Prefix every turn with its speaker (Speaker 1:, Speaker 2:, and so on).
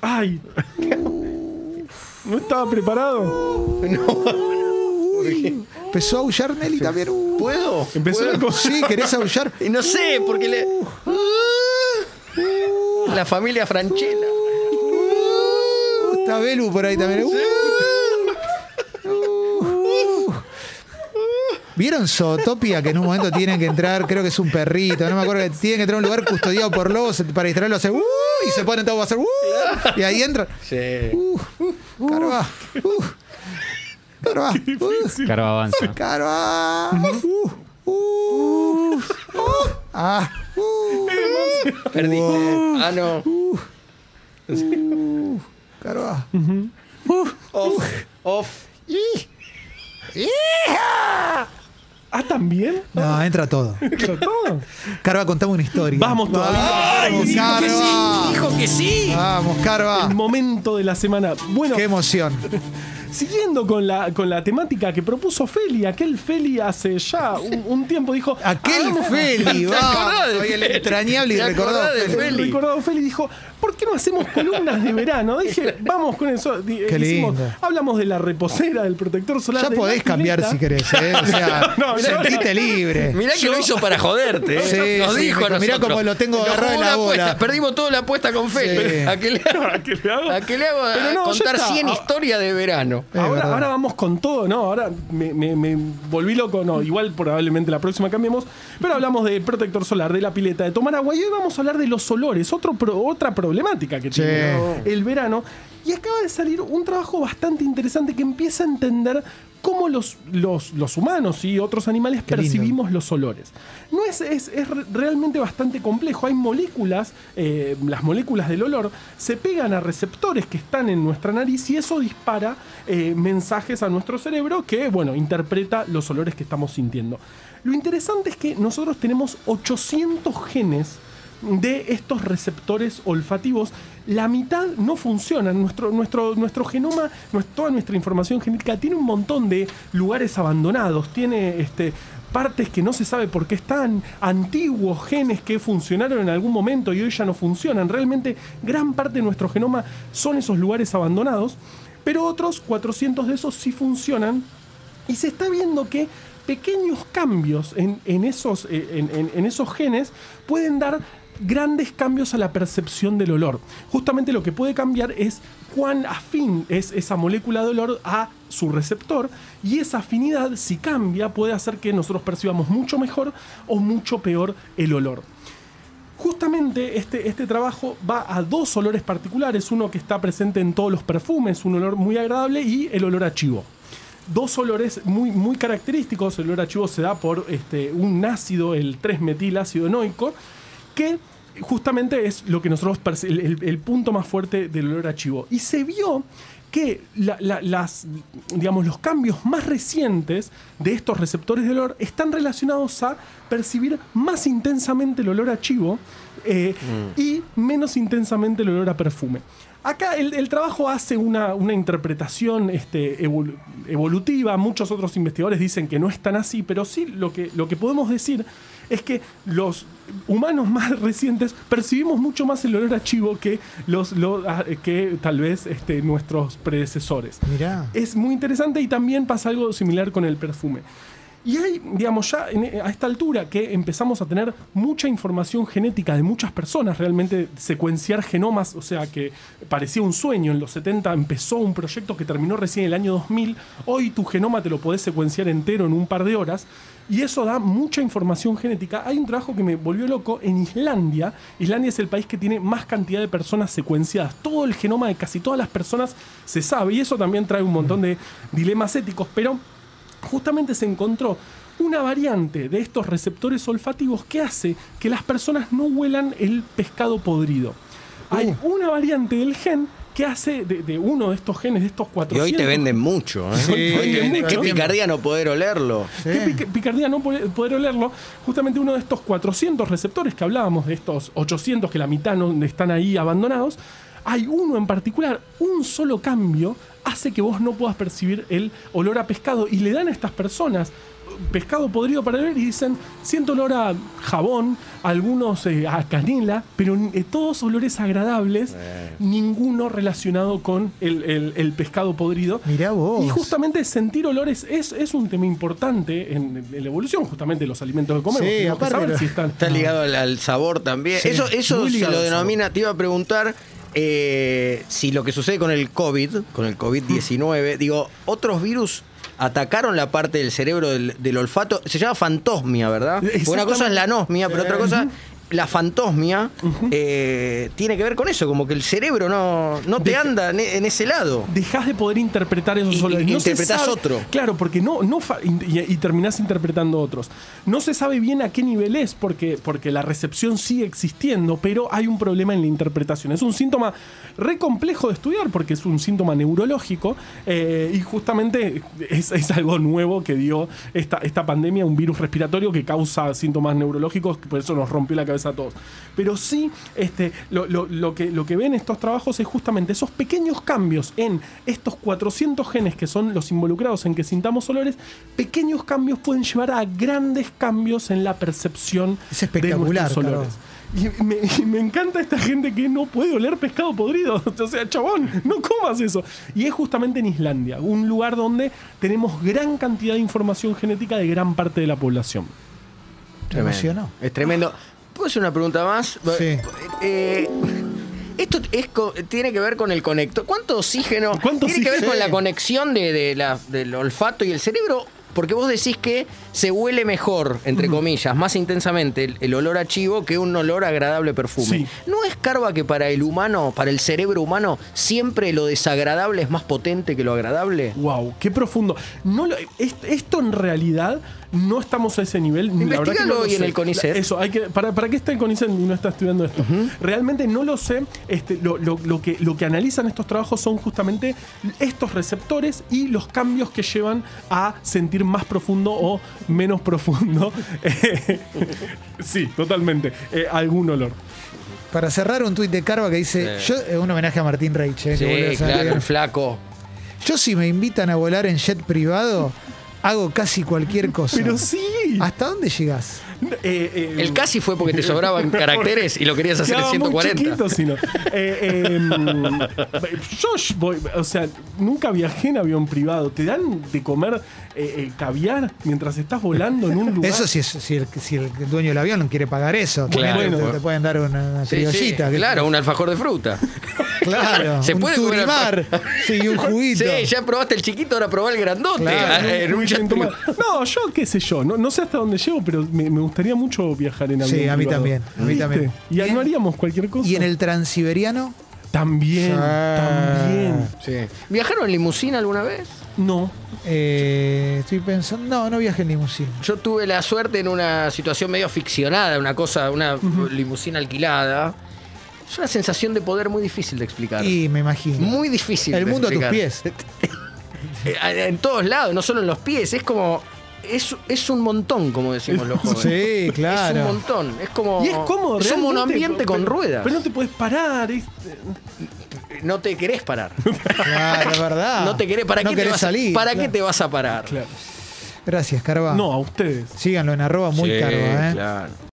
Speaker 1: ¡Ay! No estaba preparado.
Speaker 2: Empezó a aullar Nelly también. Uh,
Speaker 3: ¿Puedo?
Speaker 1: Empezó
Speaker 3: ¿Puedo?
Speaker 1: la co-
Speaker 2: Sí, querés aullar.
Speaker 3: Y no sé, porque le.
Speaker 2: Uh.
Speaker 3: La familia Franchella.
Speaker 2: Uh, está Belu por ahí también. Uh, uh. ¿Vieron Zootopia que en un momento tienen que entrar? Creo que es un perrito, no me acuerdo. que Tienen que entrar a un lugar custodiado por lobos para distraerlo. Hace, uh, y se ponen todos a hacer. uh, y ahí entra.
Speaker 3: Sí.
Speaker 2: Uh, Carva. Uh, Carva. Uh,
Speaker 4: Caro avanza.
Speaker 2: Carva. Uh, uh, uh, ah, uh,
Speaker 3: Perdiste. Ah, no.
Speaker 2: Carva.
Speaker 3: Off. Off.
Speaker 1: ¿Ah, también?
Speaker 2: No, entra todo.
Speaker 1: ¿Pero todo?
Speaker 2: Carva, contame una historia.
Speaker 1: Vamos todavía.
Speaker 2: Vamos, Carva.
Speaker 3: Dijo que sí.
Speaker 2: Vamos,
Speaker 1: El
Speaker 2: Carva.
Speaker 1: momento de la semana. Bueno,
Speaker 2: Qué emoción.
Speaker 1: siguiendo con la, con la temática que propuso Feli, aquel Feli hace ya un, un tiempo dijo.
Speaker 2: Aquel
Speaker 1: "Hagamos
Speaker 2: Feli,
Speaker 3: ¿Te acordás
Speaker 2: vamos.
Speaker 3: de
Speaker 2: Oye, el
Speaker 3: Feli?
Speaker 2: entrañable y
Speaker 3: ¿Te
Speaker 2: recordado.
Speaker 3: acordás de
Speaker 2: Feli.
Speaker 3: Feli?
Speaker 1: El recordado Feli dijo, ¿por qué no hacemos columnas de verano? Dije, vamos con eso. Di-
Speaker 2: Qué lindo.
Speaker 1: hablamos de la reposera, del protector solar.
Speaker 2: Ya
Speaker 1: de la
Speaker 2: podés cambiar
Speaker 1: pileta.
Speaker 2: si querés, ¿eh? O sea,
Speaker 1: No, no,
Speaker 2: sentite libre.
Speaker 3: Mirá que lo hizo para joderte. ¿eh?
Speaker 2: Sí,
Speaker 3: Nos
Speaker 2: sí,
Speaker 3: dijo
Speaker 2: me-
Speaker 3: a
Speaker 2: mirá
Speaker 3: nosotros.
Speaker 2: cómo lo tengo
Speaker 3: Nos
Speaker 2: agarrado
Speaker 3: jugó
Speaker 2: en la
Speaker 3: una
Speaker 2: bola.
Speaker 3: apuesta. Perdimos toda la apuesta con Feli.
Speaker 2: Sí.
Speaker 3: ¿A qué le hago?
Speaker 1: ¿A qué le hago?
Speaker 3: ¿A qué le hago?
Speaker 1: Pero no,
Speaker 3: a
Speaker 1: ya
Speaker 3: contar
Speaker 1: está.
Speaker 3: 100
Speaker 1: Ah,
Speaker 3: historias de verano.
Speaker 2: Es
Speaker 1: Ahora,
Speaker 2: verdad.
Speaker 1: ahora vamos con todo, ¿no? Ahora me, me- me volví loco, no, igual probablemente la próxima cambiemos, pero hablamos de protector solar, de la pileta, de tomar agua y hoy vamos a hablar de los olores, otro pro- otra problemática que
Speaker 2: Sí.
Speaker 1: tiene ¿no? el verano. Y acaba de salir un trabajo bastante interesante que empieza a entender cómo los, los, los humanos y otros animales
Speaker 2: Qué lindo.
Speaker 1: percibimos percibimos los olores. No es, es- es re- realmente bastante complejo. Hay moléculas, eh, las moléculas del olor se pegan a receptores que están en nuestra nariz y eso dispara eh, mensajes a nuestro cerebro que, bueno, interpreta los olores que estamos sintiendo. Lo interesante es que nosotros tenemos 800 genes de estos receptores olfativos, la mitad no funcionan. Nuestro, nuestro, nuestro genoma, nues- toda nuestra información genética tiene un montón de lugares abandonados, tiene este, partes que no se sabe por qué están, antiguos genes que funcionaron en algún momento y hoy ya no funcionan. Realmente gran parte de nuestro genoma son esos lugares abandonados, pero otros 400 de esos sí funcionan y se está viendo que pequeños cambios en, en esos, eh, en- en- en esos genes pueden dar grandes cambios a la percepción del olor. Justamente lo que puede cambiar es cuán afín es esa molécula de olor a su receptor y esa afinidad si cambia puede hacer que nosotros percibamos mucho mejor o mucho peor el olor. Justamente este, este trabajo va a dos olores particulares, uno que está presente en todos los perfumes, un olor muy agradable y el olor a chivo. Dos olores muy, muy característicos, el olor a chivo se da por este, un ácido, el 3-metil ácido enoico, que justamente es lo que nosotros perci- el, el- el punto más fuerte del olor a chivo. Y se vio que la- la- las, digamos, los cambios más recientes de estos receptores de olor están relacionados a percibir más intensamente el olor a chivo eh, y menos intensamente el olor a perfume. Acá el, el trabajo hace una, una interpretación este, evolu- evolutiva, muchos otros investigadores dicen que no es tan así, pero sí lo que, lo que podemos decir es que los humanos más recientes percibimos mucho más el olor a chivo que, los, lo- a- que tal vez este, nuestros predecesores.
Speaker 2: Mirá.
Speaker 1: Es muy interesante y también pasa algo similar con el perfume. Y hay, digamos, ya en- a esta altura que empezamos a tener mucha información genética de muchas personas, realmente secuenciar genomas, o sea que parecía un sueño, en los 70 empezó un proyecto que terminó recién en el año 2000, hoy tu genoma te lo podés secuenciar entero en un par de horas, y eso da mucha información genética. Hay un trabajo que me volvió loco en Islandia, Islandia es el país que tiene más cantidad de personas secuenciadas, todo el genoma de casi todas las personas se sabe, y eso también trae un montón de dilemas éticos, pero justamente se encontró una variante de estos receptores olfativos que hace que las personas no huelan el pescado podrido. Hay una variante del gen que hace de, de uno de estos genes, de estos
Speaker 3: Y
Speaker 1: 400.
Speaker 3: hoy te venden mucho. ¿eh?
Speaker 2: Sí,
Speaker 3: Hoy te venden-
Speaker 1: mucho,
Speaker 3: Qué
Speaker 1: ¿no?
Speaker 3: picardía no poder olerlo.
Speaker 1: Qué pic- picardía no poder, poder olerlo. Justamente uno de estos 400 receptores que hablábamos, de estos 800 que la mitad no están ahí abandonados, hay uno en particular, un solo cambio hace que vos no puedas percibir el olor a pescado y le dan a estas personas eh, pescado podrido para ver y dicen, siento olor a jabón, algunos eh, a canela, pero eh, todos olores agradables,
Speaker 2: Eh.
Speaker 1: ninguno relacionado con el, el- el pescado podrido.
Speaker 2: Mirá vos.
Speaker 1: Y justamente sentir olores es, es un tema importante en, en la evolución, justamente los alimentos que comemos.
Speaker 2: Sí,
Speaker 1: Tenemos que
Speaker 2: aparte
Speaker 1: saber
Speaker 2: lo-
Speaker 1: si están...
Speaker 3: Está ligado al, al sabor también.
Speaker 1: Sí,
Speaker 3: eso eso
Speaker 1: muy
Speaker 3: se
Speaker 1: ligado
Speaker 3: lo
Speaker 1: al sabor.
Speaker 3: denomina, te iba a preguntar eh, si lo que sucede con el COVID, con el
Speaker 1: Mm.
Speaker 3: COVID-19, digo, otros virus atacaron la parte del cerebro del, del olfato. Se llama fantosmia, ¿verdad? Porque Una
Speaker 1: Exactamente.
Speaker 3: cosa es la anosmia, pero otra cosa... La fantosmia eh, tiene que ver con eso, como que el cerebro no, no te
Speaker 1: Deja-
Speaker 3: anda en, en ese lado.
Speaker 1: Dejás de poder interpretar esos
Speaker 3: Y-
Speaker 1: olores.
Speaker 3: y
Speaker 1: se
Speaker 3: interpretás
Speaker 1: sabe-
Speaker 3: otro.
Speaker 1: Claro, porque no, no fa- y, y terminás interpretando otros. No se sabe bien a qué nivel es, porque, porque la recepción sigue existiendo, pero hay un problema en la interpretación. Es un síntoma re complejo de estudiar, porque es un síntoma neurológico, eh, y justamente es, es algo nuevo que dio esta, esta pandemia, un virus respiratorio que causa síntomas neurológicos, que por eso nos rompió la cabeza a todos. Pero sí, este, lo, lo- lo que, lo que ven estos trabajos es justamente esos pequeños cambios en estos 400 genes que son los involucrados en que sintamos olores, pequeños cambios pueden llevar a grandes cambios en la percepción
Speaker 2: Es espectacular,
Speaker 1: de nuestros olores. Y me, y me encanta esta gente que no puede oler pescado podrido. O sea, chabón, no comas eso. Y es justamente en Islandia, un lugar donde tenemos gran cantidad de información genética de gran parte de la población.
Speaker 2: Te emocionó.
Speaker 3: Es tremendo. ¿Puedo hacer una pregunta más?
Speaker 2: Sí.
Speaker 3: Eh, esto es co- tiene que ver con el conector. ¿Cuánto oxígeno?
Speaker 1: ¿Cuánto
Speaker 3: tiene que ver
Speaker 1: oxígeno?
Speaker 3: con la conexión de, de la- del olfato y el cerebro. Porque vos decís que se huele mejor, entre comillas, más intensamente el, el olor a chivo que un olor a agradable perfume.
Speaker 1: Sí.
Speaker 3: ¿No es carva que para el humano, para el cerebro humano, siempre lo desagradable es más potente que lo agradable?
Speaker 1: Wow, qué profundo. No lo- est- esto en realidad no estamos a ese nivel. La verdad que no
Speaker 3: Investígalo
Speaker 1: lo
Speaker 3: hoy en
Speaker 1: sé.
Speaker 3: el CONICET.
Speaker 1: Eso, hay que, ¿para, ¿para qué está el CONICET y no está estudiando esto? Realmente no lo sé. Este, lo, lo- lo que, lo que analizan estos trabajos son justamente estos receptores y los cambios que llevan a sentir más profundo o menos profundo. Eh, sí, totalmente. eh, algún olor.
Speaker 2: Para cerrar, un tuit de Carva que dice:
Speaker 3: Sí.
Speaker 2: yo, eh, Un homenaje a Martín Reich. eh, que volvió a
Speaker 3: Sí,
Speaker 2: salir.
Speaker 3: claro, el flaco.
Speaker 2: Yo, si me invitan a volar en jet privado, hago casi cualquier cosa.
Speaker 1: Pero sí.
Speaker 2: ¿Hasta dónde llegás?
Speaker 1: Eh, eh,
Speaker 3: Ah, El casi fue porque te sobraban caracteres y lo querías hacer en
Speaker 1: Quedaba muy
Speaker 3: 140.
Speaker 1: chiquito, si no. Eh, eh, mm, yo voy- o sea, nunca viajé en avión privado. Te dan de comer eh, eh, caviar mientras estás volando en un lugar.
Speaker 2: Eso si, es, si, el, si el dueño del avión no quiere pagar eso.
Speaker 3: Claro.
Speaker 2: También te-
Speaker 1: Bueno.
Speaker 2: te, pueden dar una, una
Speaker 3: Sí, sí,
Speaker 2: criollita. que-
Speaker 3: claro, un alfajor de fruta.
Speaker 2: claro.
Speaker 3: Se
Speaker 2: un
Speaker 3: puede comer
Speaker 2: turimar. Sí, un juguito.
Speaker 3: Sí, ya probaste el chiquito, ahora probá el grandote.
Speaker 2: Claro.
Speaker 3: Ah, en un jet
Speaker 1: Toma-
Speaker 3: privado.
Speaker 1: No, yo qué sé yo, no, no sé hasta dónde llego, pero me, me gustaría mucho viajar en avión.
Speaker 2: Sí, a mí
Speaker 1: privado.
Speaker 2: también, a mí
Speaker 1: ¿Viste?
Speaker 2: también.
Speaker 1: Y ahí no haríamos cualquier cosa.
Speaker 2: Y en el transiberiano,
Speaker 1: También,
Speaker 2: Ah.
Speaker 1: también.
Speaker 3: Sí. ¿Viajaron en limusina alguna vez?
Speaker 1: No.
Speaker 2: eh, estoy pensando. No, no viaje en limusina.
Speaker 3: Yo tuve la suerte en una situación medio ficcionada, una cosa, una limusina alquilada. Es una sensación de poder muy difícil de explicar.
Speaker 2: Y me imagino.
Speaker 3: Muy difícil.
Speaker 2: el
Speaker 3: de
Speaker 2: mundo a tus
Speaker 3: explicar.
Speaker 2: pies.
Speaker 3: Eh, En todos lados, no solo en los pies. Es como. Es, es un montón, como decimos los jóvenes.
Speaker 2: Sí, claro.
Speaker 3: Es un montón. Es como.
Speaker 1: Y es cómodo,
Speaker 3: Es un
Speaker 1: realmente,
Speaker 3: monoambiente
Speaker 1: pero-
Speaker 3: con ruedas.
Speaker 1: Pero no te puedes parar. es- eh,
Speaker 3: No te querés parar.
Speaker 2: Claro, es verdad.
Speaker 3: No te querés. ¿Para
Speaker 2: No
Speaker 3: qué te
Speaker 2: querés
Speaker 3: vas,
Speaker 2: salir.
Speaker 3: ¿Para
Speaker 2: claro.
Speaker 3: qué te vas a parar?
Speaker 1: Claro.
Speaker 2: Gracias, Carva.
Speaker 1: No, a ustedes.
Speaker 2: Síganlo en arroba muy
Speaker 3: Sí,
Speaker 2: Carva, ¿eh?
Speaker 3: Claro.